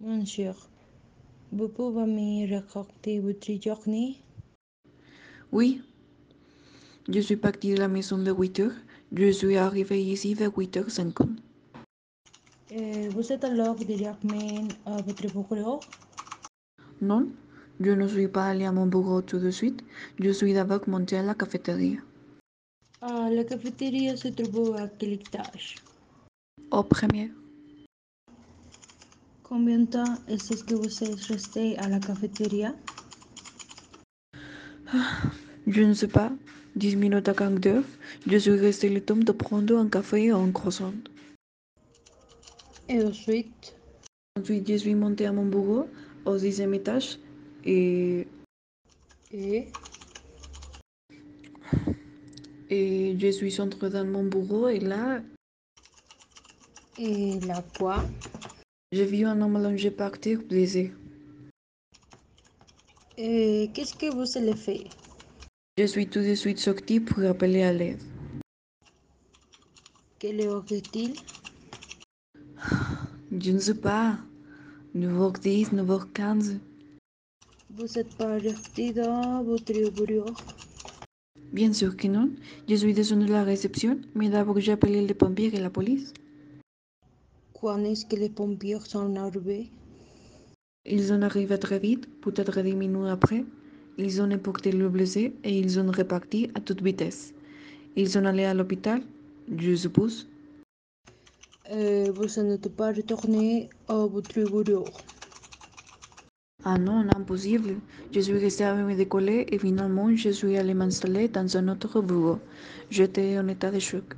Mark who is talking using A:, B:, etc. A: Monsieur, vous pouvez me raconter votre journée
B: Oui. Je suis parti de la maison de 8 heures. Je suis arrivé ici vers 8h50.
A: Euh, Vous êtes alors directement à votre bureau
B: Non, je ne suis pas allé à mon bureau tout de suite. Je suis d'abord monté à la cafétéria.
A: Ah, La cafétéria se trouve à quel étage
B: Au premier,
A: Combien de temps est-ce que vous êtes resté à la cafétéria
B: je ne sais pas, 10 minutes à quart d'heure, je suis resté le temps de prendre un café et un croissant.
A: Et ensuite
B: Ensuite, je suis monté à mon bureau au dixième étage et,
A: Et
B: et je suis entré dans mon bureau et là,
A: Et là quoi
B: j'ai vu un homme allongé par terre blessé.
A: Et Euh, qu'est-ce que vous allez faire
B: Je suis tout de suite sorti pour appeler à l'aide.
A: Quelle heure est-il
B: Je ne sais pas, 9h10, 9h15.
A: Vous êtes pas resté dans votre bureau
B: Bien sûr que non. Je suis descendu de la réception, mais d'abord j'ai appelé les pompiers et la police.
A: Quand est-ce que les pompiers sont arrivés
B: Ils sont arrivés très vite, peut-être dix minutes après. Ils ont emporté le blessé et ils sont repartis à toute vitesse. Ils sont allés à l'hôpital, je suppose.
A: Euh, vous n'êtes pas retourné à votre bureau.
B: Ah non, impossible. Je suis resté avec mes collègues et finalement je suis allé m'installer dans un autre bureau. J'étais en état de choc.